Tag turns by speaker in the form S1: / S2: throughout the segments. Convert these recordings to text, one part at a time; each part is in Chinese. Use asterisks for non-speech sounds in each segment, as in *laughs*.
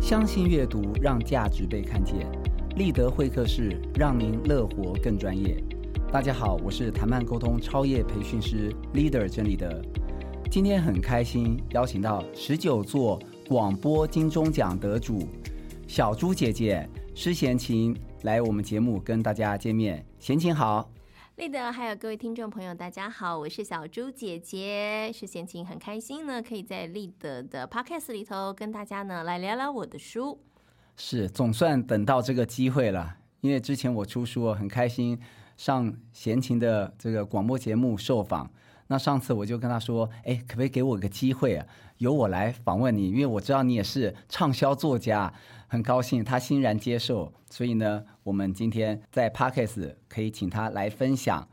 S1: 相信阅读，让价值被看见。立德会客室让您乐活更专业。大家好，我是谈判沟通超业培训师 Leader 真理德。今天很开心邀请到十九座广播金钟奖得主小猪姐姐施贤琴来我们节目跟大家见面。贤琴好。
S2: 立德，还有各位听众朋友，大家好，我是小猪姐姐，是贤琴，很开心呢，可以在立德的 podcast 里头跟大家呢来聊聊我的书。
S1: 是，总算等到这个机会了，因为之前我出书，很开心上闲情的这个广播节目受访。那上次我就跟他说，哎，可不可以给我个机会啊，由我来访问你，因为我知道你也是畅销作家，很高兴他欣然接受。所以呢，我们今天在 Parkes 可以请他来分享。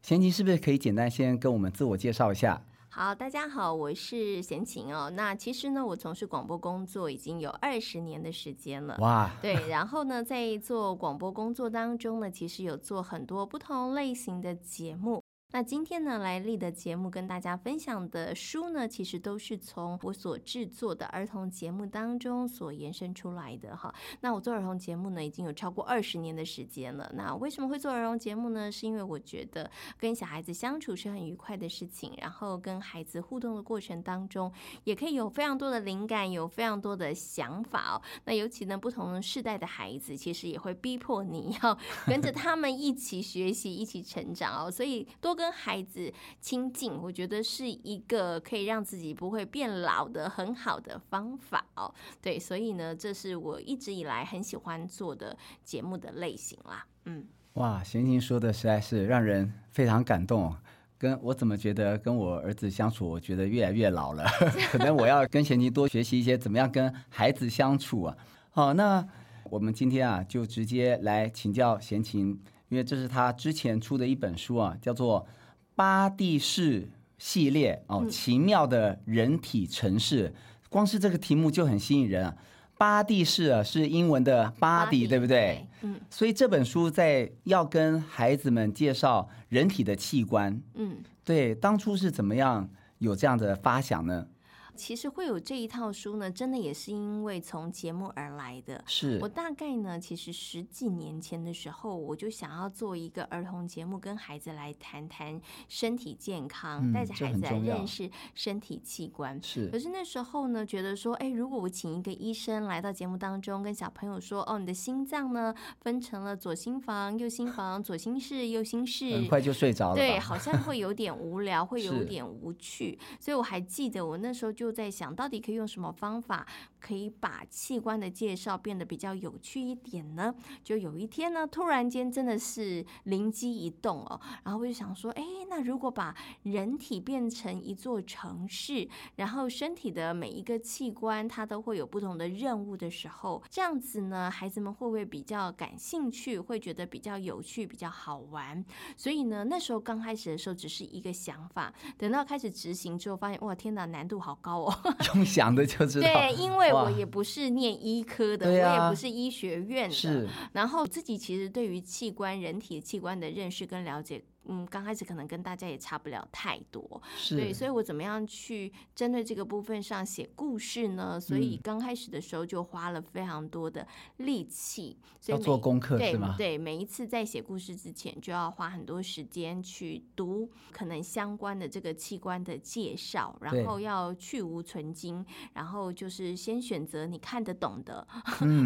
S1: 闲情是不是可以简单先跟我们自我介绍一下？
S2: 好，大家好，我是贤琴哦。那其实呢，我从事广播工作已经有二十年的时间了。
S1: 哇，
S2: 对，然后呢，在做广播工作当中呢，其实有做很多不同类型的节目。那今天呢，来丽的节目跟大家分享的书呢，其实都是从我所制作的儿童节目当中所延伸出来的哈。那我做儿童节目呢，已经有超过二十年的时间了。那为什么会做儿童节目呢？是因为我觉得跟小孩子相处是很愉快的事情，然后跟孩子互动的过程当中，也可以有非常多的灵感，有非常多的想法哦。那尤其呢，不同世代的孩子，其实也会逼迫你
S1: *laughs*
S2: 要跟着他们一起学习、一起成长哦。所以多跟孩子亲近，我觉得是一个可以让自己不会变老的很好的方法哦。对，所以呢，这是我一直以来很喜欢做的节目的类型啦。嗯，
S1: 哇，贤琴说的实在是让人非常感动哦。跟我怎么觉得跟我儿子相处，我觉得越来越老了， *laughs* 可能我要跟贤琴多学习一些怎么样跟孩子相处啊。好，那我们今天啊就直接来请教贤琴，因为这是他之前出的一本书啊，叫做《巴蒂式系列》哦，奇妙的人体城市。光是这个题目就很吸引人啊。巴蒂式啊是英文的 body，对不对？？
S2: 嗯
S1: 所以这本书在要跟孩子们介绍人体的器官，
S2: 嗯。
S1: 对，当初是怎么样有这样的发想呢？
S2: 其实会有这一套书呢，真的也是因为从节目而来的。
S1: 是
S2: 我大概呢，其实十几年前的时候，我就想要做一个儿童节目，跟孩子来谈谈身体健康，
S1: 嗯
S2: 带着
S1: 这
S2: 孩
S1: 很
S2: 子来
S1: 重要
S2: 认识身体器官。可
S1: 是
S2: 是那时候呢，觉得说，哎，如果我请一个医生来到节目当中，跟小朋友说，哦，你的心脏呢分成了左心房、右心房、左心室、右心室，
S1: 很快就睡着了
S2: 对，
S1: 吧？
S2: 好像会有点无聊，会有
S1: 是
S2: 点无趣，所以我还记得我那时候就在想，到底可以用什么方法可以把器官的介绍变得比较有趣一点呢？就有一天呢，突然间真的是灵机一动哦，然后我就想说，哎，那如果把人体变成一座城市，然后身体的每一个器官它都会有不同的任务的时候，这样子呢，孩子们会不会比较感兴趣，会觉得比较有趣，比较好玩？所以呢，那时候刚开始的时候只是一个想法，等到开始执行之后，发现哇，天哪，难度好高哦。
S1: *laughs* 用想的就知道，
S2: *laughs* 对，因为
S1: 哇
S2: 我也不是念医科的，
S1: 对
S2: 我
S1: 啊
S2: 也不是医学院的，
S1: 是
S2: 然后自己其实对于器官、人体器官的认识跟了解，嗯，刚开始可能跟大家也差不了太多，对，
S1: 是
S2: 所以我怎么样去针对这个部分上写故事呢？所以
S1: 嗯
S2: 刚开始的时候就花了非常多的力气，所以
S1: 要
S2: 每
S1: 做功课
S2: 对
S1: 是吗？
S2: 对，每一次在写故事之前，就要花很多时间去读可能相关的这个器官的介绍，
S1: 对
S2: 然后要去无存精，然后就是先选择你看得懂
S1: *laughs*
S2: 的，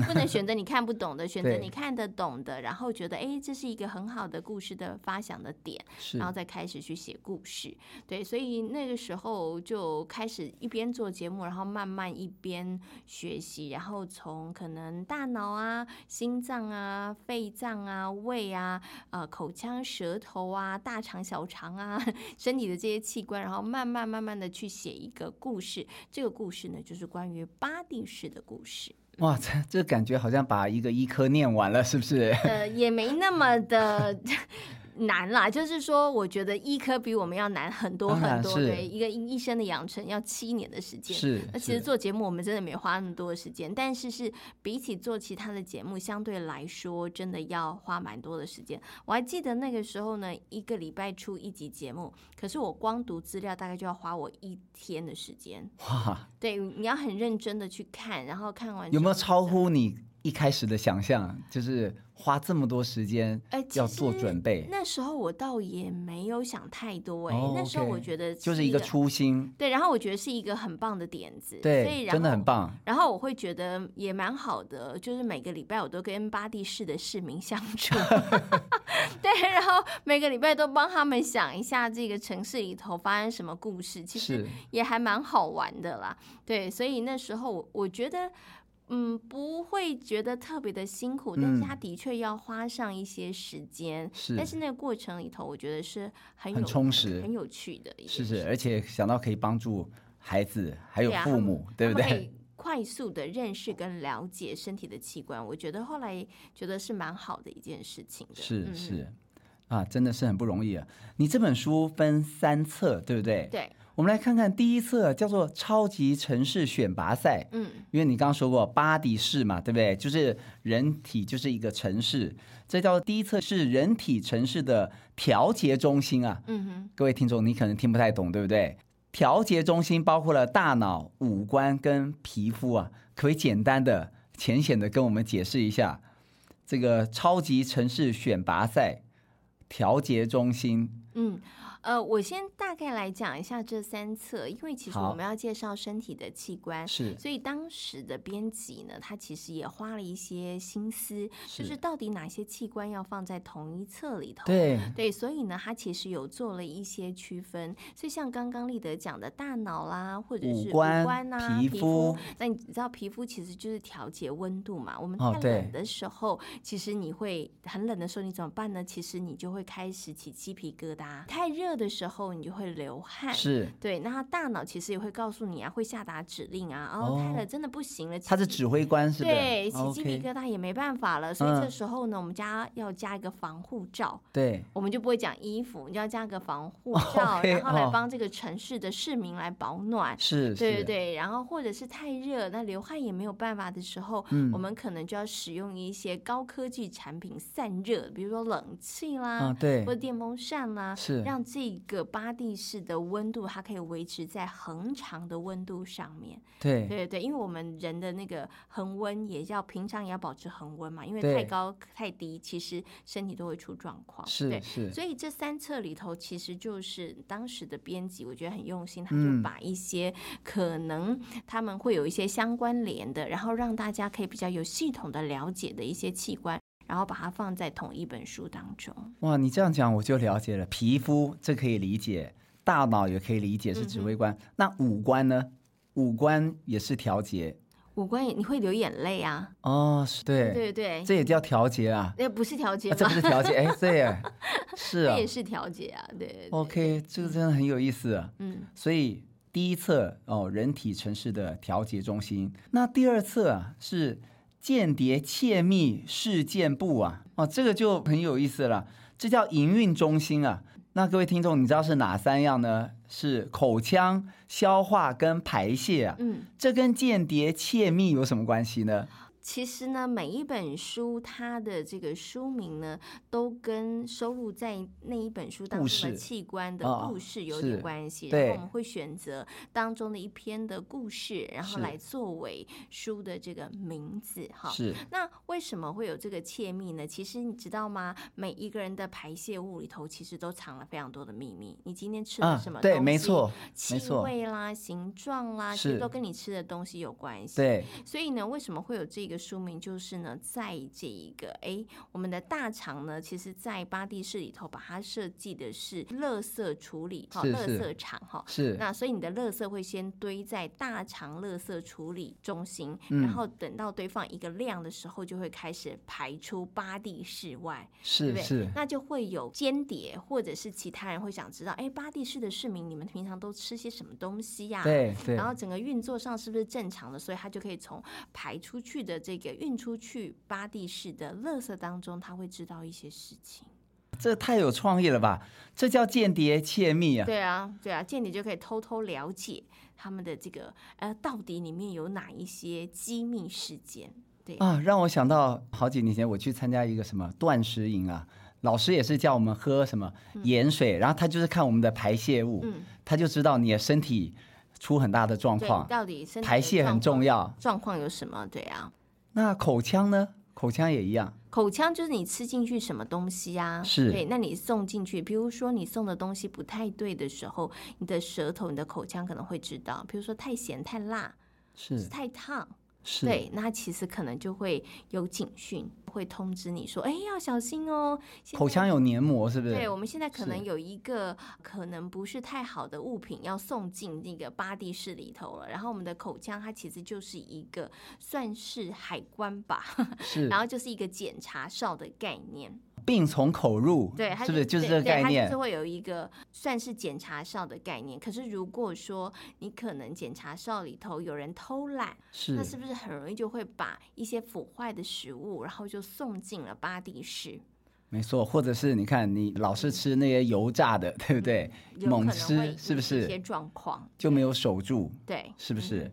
S2: 不能选择你看不懂的，选择
S1: 嗯对
S2: 你看得懂的，然后觉得诶这是一个很好的故事的发想的点，
S1: 是
S2: 然后再开始去写故事。对，所以那个时候就开始一边做节目，然后慢慢一边学习，然后从可能大脑啊、心脏啊、肺脏啊、胃啊、呃口腔、舌头啊、大肠、小肠啊、 *laughs* 身体的这些器官，然后慢慢慢慢的去写一个故事。这个故事呢，就是关于巴蒂式的故事。
S1: 哇，这这感觉好像把一个医科念完了，是不是？
S2: 呃，也没那么的 *laughs* 难啦，就是说，我觉得医科比我们要难很多
S1: 当然
S2: 很多。
S1: 是
S2: 对，一个医医生的养成要七年的时间。
S1: *laughs* 是，
S2: 那其实
S1: 是
S2: 做节目我们真的没花那么多的时间，但是是比起做其他的节目，相对来说真的要花蛮多的时间。我还记得那个时候呢，一个礼拜出一集节目，可是我光读资料大概就要花我一天的时间。
S1: 哇，
S2: 对，你要很认真的去看，然后看完
S1: 有没有
S2: 之后
S1: 超？乎你一开始的想象？就是花这么多时间
S2: 哎，其
S1: 要做
S2: 实
S1: 准备，
S2: 那时候我倒也没有想太多哎、
S1: 哦
S2: 那时候我
S1: OK，
S2: 觉得
S1: 就是一个初心，
S2: 对，然后我觉得是一个很棒的点子，所以
S1: 对，
S2: 然
S1: 真的很
S2: 后。
S1: 棒。
S2: 然后我会觉得也蛮好的，就是每个礼拜我都跟巴蒂市的市民相
S1: *laughs*
S2: 处，对，然后每个礼拜都帮他们想一下这个城市里头发生什么故事，其实
S1: 是
S2: 也还蛮好玩的啦。对，所以那时候我我觉得。嗯，不会觉得特别的辛苦，但是
S1: 嗯
S2: 他的确要花上一些时间，
S1: 是
S2: 但是那个过程里头，我觉得是很有
S1: 很充实
S2: 很有趣的一件
S1: 是
S2: 事，
S1: 是，而且想到可以帮助孩子，还有
S2: 对啊
S1: 父母，对,、不
S2: 他们可
S1: 对？
S2: 以快速的认识跟了解身体的器官，我觉得后来觉得是蛮好的一件事情的。
S1: *laughs* 是
S2: 嗯，
S1: 是，啊，真的是很不容易啊。你这本书分三册，对不对？
S2: 对，
S1: 我们来看看第一册叫做《超级城市选拔赛》，
S2: 嗯，
S1: 因为你刚刚说过巴迪市嘛，对不对？就是人体就是一个城市，这叫第一册是人体城市的调节中心啊。
S2: 嗯哼，
S1: 各位听众，你可能听不太懂，对不对？调节中心包括了大脑、五官跟皮肤啊，可不可以简单的、浅显的跟我们解释一下这个超级城市选拔赛调节中心？
S2: 嗯，呃，我先大概来讲一下这三册，因为其实
S1: 好
S2: 我们要介绍身体的器官。
S1: 是
S2: 所以当时的编辑呢，他其实也花了一些心思，就是
S1: 是
S2: 到底哪些器官要放在同一册里头。
S1: 对，
S2: 对，所以呢，它其实有做了一些区分。所以像刚刚立德讲的大脑啦，或者
S1: 五
S2: 是
S1: 官
S2: 啊、皮
S1: 皮肤
S2: 那你知道皮肤其实就是调节温度嘛？我们
S1: 哦
S2: 太
S1: 对
S2: 冷的时候，其实你会很冷的时候，你怎么办呢？其实你就会开始起鸡皮疙瘩；太热的时候，你就会流汗。
S1: 是，
S2: 对，那它大脑其实也会告诉你啊，会下达指令啊，哦，
S1: 哦
S2: 太冷真的不行了。
S1: 他是
S2: 起
S1: 指挥官，是不是？
S2: 对，起鸡皮
S1: OK，
S2: 疙瘩也没办法了，所以这
S1: 嗯
S2: 时候呢，我们家要加一个防护罩。
S1: 对，
S2: 我们就不会讲衣服，你就要加个防护罩，
S1: OK，
S2: 然后来
S1: 哦
S2: 帮这个城市的市民来保暖。
S1: 是，
S2: 对对
S1: 是，
S2: 对，然后或者是太热，那流汗也没有办法的时候，
S1: 嗯
S2: 我们可能就要使用一些高科技产品散热，比如说冷气啦，
S1: 啊，对
S2: 或，者电风扇啦，
S1: 是
S2: 让这个巴蒂式的温度它可以维持在恒常的温度上面。
S1: 对，
S2: 对对，因为我们人的那个恒温也要平常也要保持恒温嘛，因为
S1: 对
S2: 太高太低，其实身体都会出状况。
S1: 是
S2: 对
S1: 是，
S2: 所以这三册里头，其实就是当时的编辑，我觉得很用心，他就
S1: 嗯
S2: 把一些可能他们会有一些相关联的，然后让大家可以比较有系统的了解的一些器官，然后把它放在同一本书当中。
S1: 哇，你这样讲我就了解了，皮肤这可以理解，大脑也可以理解是
S2: 嗯
S1: 指挥官，那五官呢？五官也是调节
S2: 五官也你会流眼泪啊，
S1: 哦，是对，
S2: 对对
S1: 这也叫调节啊，
S2: 那不是调节
S1: 啊这
S2: 吗
S1: 不？是
S2: *laughs*
S1: 调节，哎，对耶，是
S2: 这
S1: 啊哦
S2: 也是调节啊，对对对
S1: ，OK，这个真的很有意思啊。
S2: 嗯，
S1: 所以第一册哦，人体城市的调节中心，那第二册啊是间谍窃密事件部啊，哦，这个就很有意思了，这叫营运中心啊。那各位听众，你知道是哪三样呢？是口腔、消化跟排泄啊。
S2: 嗯。
S1: 这跟间谍窃密有什么关系呢？
S2: 其实呢，每一本书它的这个书名呢，都跟收录在那一本书当
S1: 故
S2: 中的
S1: 事
S2: 器官的
S1: 哦
S2: 故事有点
S1: 是
S2: 关系。然
S1: 对
S2: 后我们会选择当中的一篇的故事，然后
S1: 是
S2: 来作为书的这个名字哈。
S1: 是
S2: 那为什么会有这个窃密呢？其实你知道吗？每一个人的排泄物里头其实都藏了非常多的秘密。你今天吃了
S1: 啊
S2: 什么，东西？
S1: 对，没，错，没
S2: 气
S1: 错
S2: 味啦、形状啦，其实
S1: 是
S2: 都跟你吃的东西有关系。
S1: 对，
S2: 所以呢，为什么会有这个书名？就是呢，在这一个哎，我们的大肠呢，其实在巴蒂市里头，把它设计的是垃圾处理哈，
S1: 是
S2: 垃
S1: 是
S2: 圾场哈。
S1: 是
S2: 那所以你的垃圾会先堆在大肠垃圾处理中心，
S1: 嗯
S2: 然后等到堆放一个量的时候，就会开始排出巴蒂市外，对
S1: 是
S2: 不对？
S1: 是，
S2: 那就会有间谍或者是其他人会想知道，哎，巴蒂市的市民，你们平常都吃些什么东西呀、
S1: 对对
S2: 啊然，后整个运作上是不是正常的，所以它就可以从排出去的这个运出去巴蒂式的垃圾当中，他会知道一些事情。
S1: 这太有创意了吧？这叫间谍窃密啊！
S2: 对啊，对啊，间谍就可以偷偷了解他们的这个呃，到底里面有哪一些机密事件？对，
S1: 啊，让我想到好几年前我去参加一个什么断食营啊，老师也是叫我们喝什么盐水，然后他就是看我们的排泄物，
S2: 嗯，
S1: 他就知道你的身体出很大的状
S2: 对，
S1: 况，
S2: 到底身体
S1: 排
S2: 的
S1: 泄
S2: 状
S1: 很重
S2: 况，
S1: 要。
S2: 状况有什么？对啊，
S1: 那口腔呢？口腔也一样，
S2: 口腔就是你吃进去什么东西啊？
S1: 是
S2: 对，那你送进去，比如说你送的东西不太对的时候，你的舌头、你的口腔可能会知道，比如说太咸、太辣、
S1: 是
S2: 太烫，
S1: 嗯是，
S2: 对，那其实可能就会有警讯，会通知你说，哎，要小心哦。现
S1: 口
S2: 在
S1: 腔有黏膜，是不
S2: 对，
S1: 是？
S2: 我们现在可
S1: 是
S2: 能有一个可能不是太好的物品要送进那个巴蒂市里头了，然后我们的口腔它其实就是一个算是海关吧，
S1: 是
S2: 然后就是一个检查哨的概念，
S1: 病从口入，
S2: 对，它
S1: 是不是就是
S2: 对
S1: 这个
S2: 对
S1: 概
S2: 它就
S1: 念
S2: 是？会有一个算是检查哨的概念。可是如果说你可能检查哨里头有人偷懒，
S1: 是
S2: 那是不是很容易就会把一些腐坏的食物，然后就送进了巴蒂市？
S1: 没错，或者是你看你老
S2: 嗯
S1: 是吃那些油炸的，对不对？
S2: 有
S1: 猛
S2: 可能会
S1: 吃是不
S2: 引起一些
S1: 是
S2: 状况？
S1: 就没有守住，
S2: 对，
S1: 是不
S2: 嗯
S1: 是？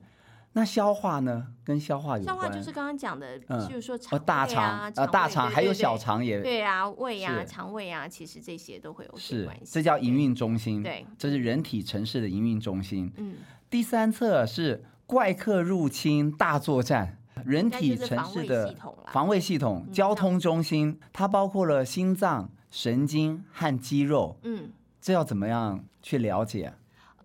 S1: 那消化呢？跟消化有
S2: 消
S1: 关，
S2: 化就是刚刚讲的，
S1: 嗯
S2: 就是说肠
S1: 哦，大
S2: 胃
S1: 肠
S2: 啊、
S1: 呃大
S2: 胃
S1: 肠
S2: 对
S1: 还有
S2: 对对
S1: 小肠也
S2: 对啊，胃啊、
S1: 是
S2: 肠胃啊，其实这些都会有些
S1: 是
S2: 关，系。
S1: 这叫营
S2: 对，
S1: 运中心，
S2: 对，
S1: 这是人体城市的营运中心。
S2: 嗯，
S1: 第三册是怪客入侵大作战，人体城市
S2: 应该就是防卫系
S1: 的
S2: 统啦嗯
S1: 防卫系统、交通中心，它包括了心脏、神经和肌肉，
S2: 嗯。
S1: 这要怎么样去了
S2: 啊
S1: 解？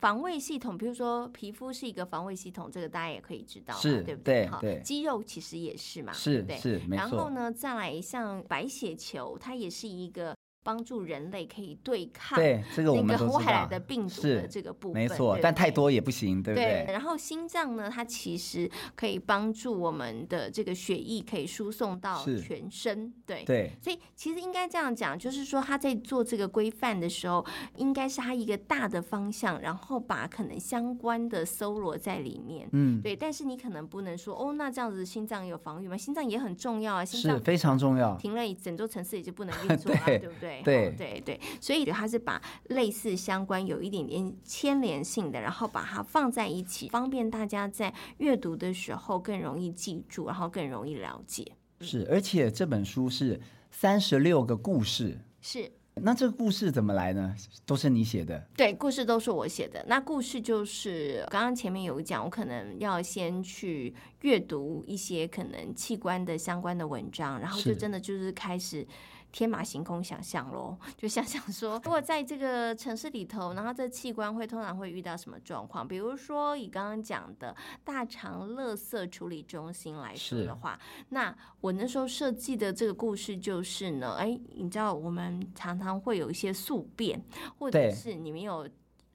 S2: 防卫系统，比如说皮肤是一个防卫系统，这个大家也可以知道嘛，
S1: 是
S2: 对不
S1: 对
S2: 哈
S1: 对
S2: 肌肉其实也是嘛，对
S1: 是
S2: 不对
S1: 是，没
S2: 然后
S1: 错，
S2: 呢，再来像白血球，它也是一个帮助人类可以对抗
S1: 对这个我
S2: 那
S1: 们
S2: 个
S1: 都
S2: 胡
S1: 知
S2: 海来
S1: 道
S2: 的，病毒
S1: 是
S2: 的这个部分，
S1: 没
S2: 对
S1: 错
S2: 不，
S1: 但
S2: 对
S1: 太多也不行，对不对？
S2: 然后心脏呢，它其实可以帮助我们的这个血液可以输送到
S1: 是
S2: 全身，对。
S1: 对，
S2: 所以其实应该这样讲，就是说他在做这个规范的时候，应该是他一个大的方向，然后把可能相关的搜罗在里面。
S1: 嗯，
S2: 对，但是你可能不能说哦，那这样子心脏有防御吗？心脏也很重要啊，心
S1: 是
S2: 脏
S1: 非常重要，
S2: 停了，整座城市也
S1: *laughs*
S2: 就不能运作了，对
S1: 对
S2: 不对？
S1: 对
S2: 哦对对，所以它是把类似相关有一点点牵连性的，然后把它放在一起，方便大家在阅读的时候更容易记住，然后更容易了解。
S1: 是，而且这本书是三十六个故事，
S2: 是
S1: 那这个故事怎么来呢？都是你写的，
S2: 对，故事都是我写的。那故事就是刚刚前面有讲，我可能要先去阅读一些可能器官的相关的文章，然后就是真的就是开始。天马行空想象咯，就想想说，如果在这个城市里头，然后这器官会通常会遇到什么状况？比如说以刚刚讲的大肠垃圾处理中心来说
S1: 是
S2: 的话，那我那时候设计的这个故事就是呢，哎，你知道我们常常会有一些宿便，或者
S1: 对
S2: 是你没有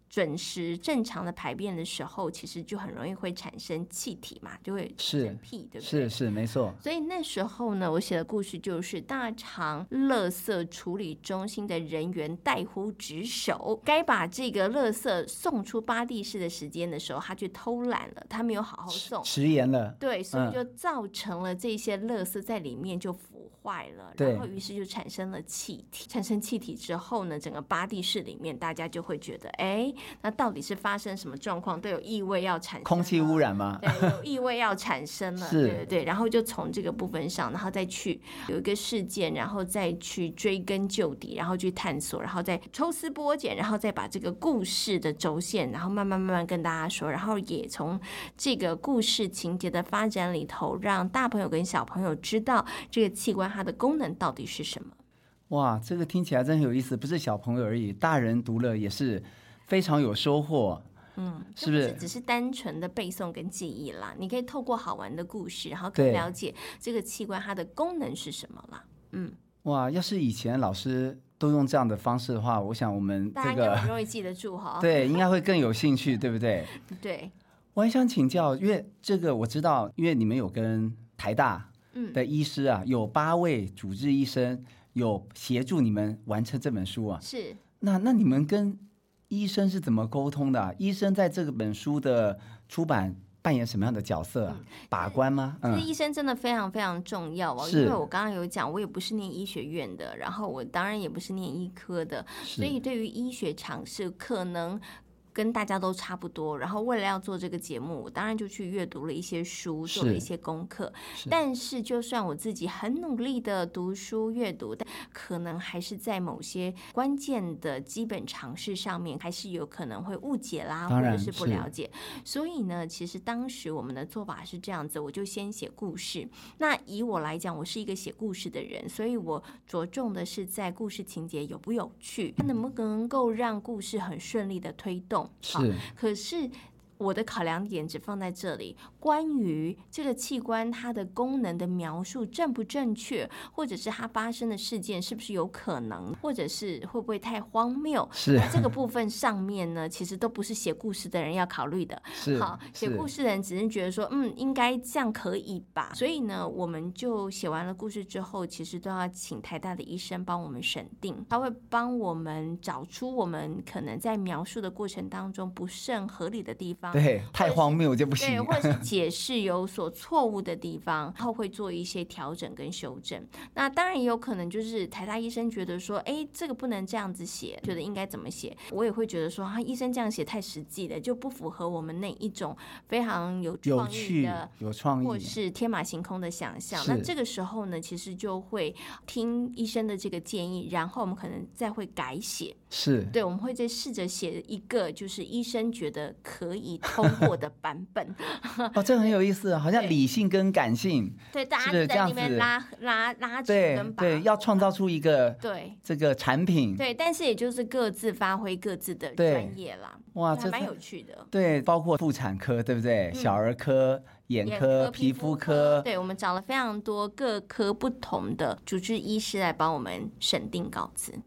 S2: 准时正常的排便的时候，其实就很容易会产生气体嘛，就会产
S1: 是
S2: 生屁，对不
S1: 是
S2: 对？
S1: 是没错，
S2: 所以那时候呢，我写的故事就是大肠垃圾处理中心的人员代呼职守，该把这个垃圾送出巴蒂市的时间的时候，他却偷懒了，他没有好好送，
S1: 食言了，
S2: 对，所以
S1: 嗯
S2: 就造成了这些垃圾在里面就腐坏了，
S1: 对
S2: 然后于是就产生了气体。产生气体之后呢，整个巴蒂市里面大家就会觉得，哎，那到底是发生什么状况？都有异味要产生，
S1: 空气污
S2: 染。
S1: 染吗？
S2: 对，有异味要产生了，
S1: 是
S2: 对对对，然后就从这个部分上，然后再去有一个事件，然后再去追根究底，然后去探索，然后再抽丝剥茧，然后再把这个故事的轴线，然后慢慢慢慢跟大家说，然后也从这个故事情节的发展里头，让大朋友跟小朋友知道这个器官它的功能到底是什么。
S1: 哇，这个听起来真有意思，不是小朋友而已，大人读了也是非常有收获，
S2: 嗯，就是
S1: 不是
S2: 只是单纯的背诵跟记忆啦，你可以透过好玩的故事，然后更
S1: 对
S2: 了解这个器官它的功能是什么啦。嗯。
S1: 哇，要是以前老师都用这样的方式的话，我想我们这
S2: 大家哦应该
S1: 个
S2: 很容易记得住哈。
S1: 对应该会更有兴趣，对不对？
S2: 对，
S1: 我还想请教，因为这个我知道，因为你们有跟台大
S2: 嗯，
S1: 的医师啊，有八位主治医生有协助你们完成这本书啊，
S2: 是
S1: 那那你们跟医生是怎么沟通的啊、医生在这个本书的出版扮演什么样的角色
S2: 嗯
S1: 啊？把关吗？
S2: 其实
S1: 嗯
S2: 医生真的非常非常重要哦，
S1: 是
S2: 因为我刚刚有讲，我也不是念医学院的，然后我当然也不是念医科的，所
S1: 嗯
S2: 以对于医学常识可能。跟大家都差不多，然后为了要做这个节目，我当然就去阅读了一些书，
S1: 是
S2: 做了一些功课。
S1: 是
S2: 但是，就算我自己很努力的读书阅读，但可能还是在某些关键的基本常识上面，还是有可能会误解啦，
S1: 当
S2: 或
S1: 然
S2: 者是不
S1: 是
S2: 了解。所以呢，其实当时我们的做法是这样子，我就先写故事。那以我来讲，我是一个写故事的人，所以我着重的是在故事情节有不有趣，它能不能够让故事很顺利的推动。好
S1: 是
S2: 可是我的考量点只放在这里，关于这个器官它的功能的描述正不正确，或者是它发生的事件是不是有可能，或者是会不会太荒谬。
S1: 是
S2: 这个部分上面呢，其实都不是写故事的人要考虑的。
S1: 是
S2: 好，写故
S1: 事
S2: 事的人只是觉得说，嗯，应该这样可以吧。所以呢，我们就写完了故事之后，其实都要请台大的医生帮我们审定，他会帮我们找出我们可能在描述的过程当中不甚合理的地方。
S1: 对，太
S2: 是
S1: 荒谬就不
S2: 对，
S1: 行。
S2: 或
S1: *laughs*
S2: 者是解释有所错误的地方，然后会做一些调整跟修正。那当然也有可能就是台大医生觉得说，哎，这个不能这样子写，觉得应该怎么写。我也会觉得说，啊，医生这样写太实际了，就不符合我们那一种非常有
S1: 有
S2: 创意
S1: 趣
S2: 的。，
S1: 有创
S2: 或
S1: 意，
S2: 是天马行空的想象，那
S1: 是
S2: 这个时候呢，其实就会听医生的这个建议，然后我们可能再会改写。
S1: 是
S2: 对，我们会再试着写一个就是医生觉得可以通过的版本。
S1: 哦，这很有意思，好像
S2: 嗯对
S1: 理性跟感性，
S2: 对，大家
S1: 是
S2: 就
S1: 这
S2: 在
S1: 样
S2: 那边
S1: 子
S2: 拉拉拉扯
S1: 对
S2: 跟拔
S1: 对，要创造出一个
S2: 对
S1: 这个产品，
S2: 对，但是也就是各自发挥各自的
S1: 对
S2: 专业啦，
S1: 哇，
S2: 还
S1: 这
S2: 啊蛮
S1: 太
S2: 有趣的。嗯
S1: 对，包括妇产科，对不对？小儿科、眼
S2: 眼
S1: 科、
S2: 皮
S1: 皮
S2: 肤
S1: 肤科，
S2: 对我们找了非常多各科不同的主治医师来帮我们审定稿子，
S1: 嗯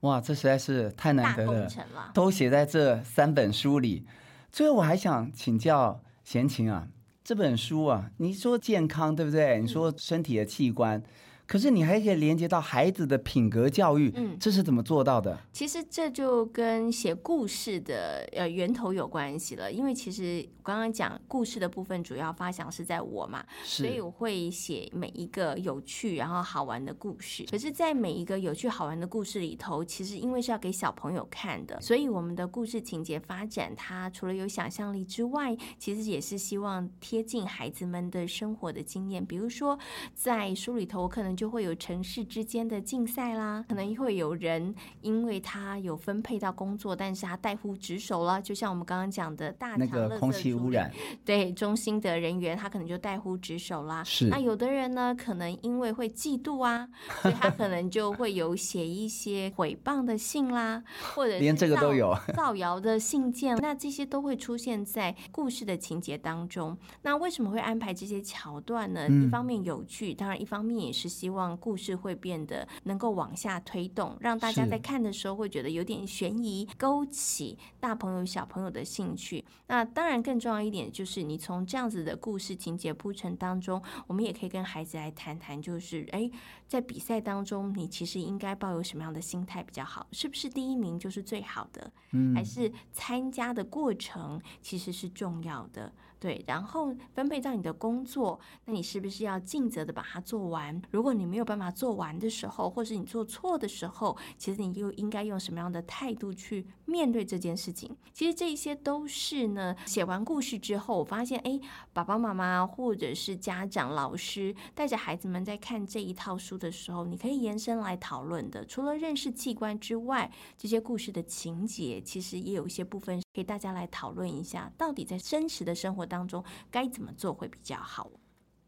S1: 哇，这实在是太
S2: 大
S1: 难得
S2: 工
S1: 了，
S2: 程啦。
S1: 都写在这三本书里。最后，我还想请教贤琴啊，这本书啊，你说健康，对不对？你
S2: 嗯
S1: 说身体的器官。可是你还可以连接到孩子的品格教育，
S2: 嗯
S1: 这是怎么做到的？
S2: 其实这就跟写故事的呃源头有关系了，因为其实我刚刚讲故事的部分主要发想是在我嘛，所以
S1: 是
S2: 我会写每一个有趣然后好玩的故事。可是，在每一个有趣好玩的故事里头，其实因为是要给小朋友看的，所以我们的故事情节发展，它除了有想象力之外，其实也是希望贴近孩子们的生活的经验。比如说，在书里头，我可能就会有城市之间的竞赛啦，可能会有人因为他有分配到工作，但是他带乎职守啦，就像我们刚刚讲的大
S1: 那
S2: 强
S1: 个
S2: 垃圾
S1: 空气
S2: 处
S1: 污
S2: 理
S1: 染，
S2: *laughs* 对中心的人员，他可能就带乎职守啦。
S1: 是
S2: 那有的人呢，可能因为会嫉妒啊，所以他可能就会有写一些诽谤的信啦，或者
S1: 连
S2: 是
S1: 这个都
S2: 造
S1: 有
S2: 造谣的信件。那这些都会出现在故事的情节当中。那为什么会安排这些桥段呢？一
S1: 嗯
S2: 方面有趣，当然一方面也是希望故事会变得能够往下推动，让大家
S1: 是
S2: 在看的时候会觉得有点悬疑，勾起大朋友小朋友的兴趣。那当然更重要一点就是，你从这样子的故事情节铺陈当中，我们也可以跟孩子来谈谈，就是哎，在比赛当中，你其实应该抱有什么样的心态比较好？是不是第一名就是最好的？
S1: 嗯
S2: 还是参加的过程其实是重要的。对，然后分配到你的工作，那你是不是要尽责的把它做完？如果你没有办法做完的时候，或是你做错的时候，其实你又应该用什么样的态度去面对这件事情？其实这一些都是呢，写完故事之后，我发现，哎，爸爸妈妈或者是家长、老师带着孩子们在看这一套书的时候，你可以延伸来讨论的。除了认识器官之外，这些故事的情节，其实也有一些部分给大家来讨论一下，到底在真实的生活当中该怎么做会比较好。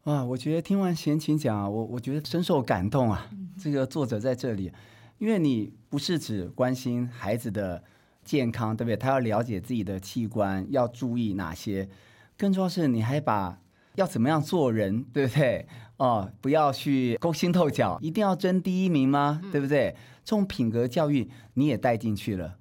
S1: 啊，我觉得听完贤琴讲啊，我我觉得深受感动啊。这个作者在这里，因为你不是只关心孩子的健康，对不对？他要了解自己的器官，要注意哪些，更重要是你还把要怎么样做人，对不对？哦，不要去勾心斗角，一定要争第一名吗？对不对？这种品格教育你也带进去了。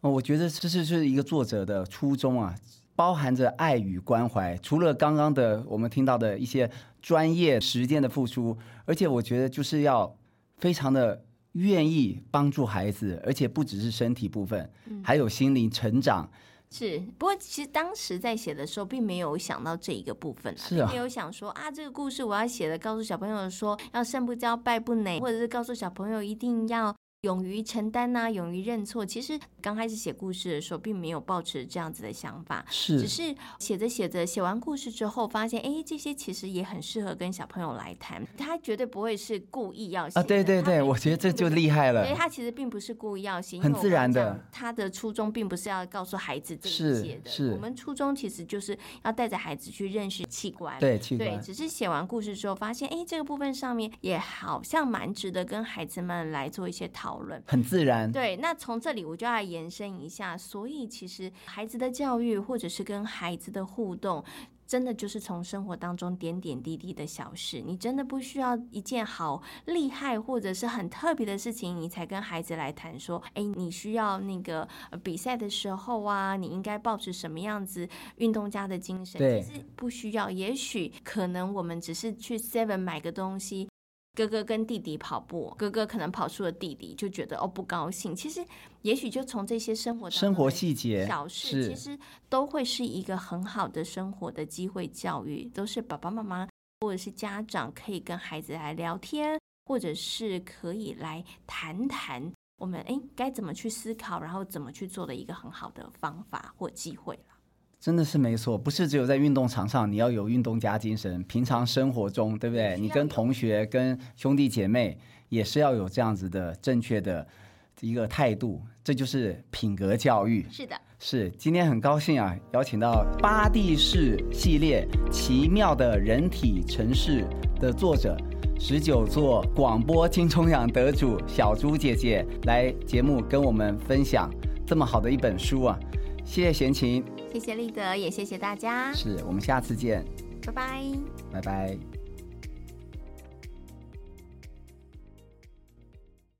S1: 哦，我觉得这是是一个作者的初衷啊，包含着爱与关怀。除了刚刚的我们听到的一些专业实践的付出，而且我觉得就是要非常的
S2: 嗯
S1: 愿意帮助孩子，而且不只是身体部分，还有心灵成长。
S2: 是，不过其实当时在写的时候，并没有想到这一个部分、啊，
S1: 是啊
S2: 并没有想说啊，这个故事我要写的，告诉小朋友说要胜不骄，败不馁，或者是告诉小朋友一定要勇于承担呐、勇于认错。其实刚开始写故事的时候，并没有抱持这样子的想法，只
S1: 是
S2: 是写着写着，写完故事之后，发现哎，诶这些其实也很适合跟小朋友来谈，他绝对不会是故意要写
S1: 啊，对
S2: 的
S1: 对
S2: 他
S1: 对，
S2: 并
S1: 我觉得这
S2: 并不
S1: 就是厉害
S2: 所以
S1: 了。
S2: 他其实并不是故意要写，因为
S1: 很
S2: 我
S1: 自
S2: 刚刚
S1: 然的
S2: 讲他的初衷并不是要告诉孩子这一
S1: 是
S2: 切的。
S1: 是
S2: 我们初衷其实就是要带着孩子去认识器官。
S1: 对，器
S2: 对，
S1: 官
S2: 只是写完故事之后，发现哎，诶这个部分上面也好像蛮值得跟孩子们来做一些讨论。
S1: 很自然，
S2: 对，那从这里我就要延伸一下，所以其实孩子的教育或者是跟孩子的互动。真的就是从生活当中点点滴滴的小事，你真的不需要一件好厉害或者是很特别的事情，你才跟孩子来谈说，哎，你需要那个呃比赛的时候啊，你应该保持什么样子运动家的精神？
S1: 对
S2: 其实不需要，也许可能我们只是去 Seven 买个东西，哥哥跟弟弟跑步，哥哥可能跑输了弟弟，就觉得哦不高兴。其实也许就从这些生活当中
S1: 生活
S2: 的
S1: 细节
S2: 小事，其
S1: 是
S2: 实都会是一个很好的生活的机会教育，都是爸爸妈妈或者是家长可以跟孩子来聊天，或者是可以来谈谈我们诶该怎么去思考，然后怎么去做的一个很好的方法或机会了。
S1: 真的是没错，不是只有在运动场上你要有运动家精神，平常生活中，对不
S2: 也
S1: 对？
S2: 需
S1: 你
S2: 要
S1: 跟
S2: 有
S1: 同学、跟兄弟姐妹也是要有这样子的正确的一个态度，这就是品格教育。
S2: 是的，
S1: 是，今天很高兴啊，邀请到巴蒂式系列《奇妙的人体城市》的作者，十九座广播金钟奖得主小猪姐姐来节目跟我们分享这么好的一本书啊，谢谢贤琴，
S2: 谢谢立德，也谢谢大家，
S1: 是我们下次见，
S2: 拜拜。
S1: 拜拜。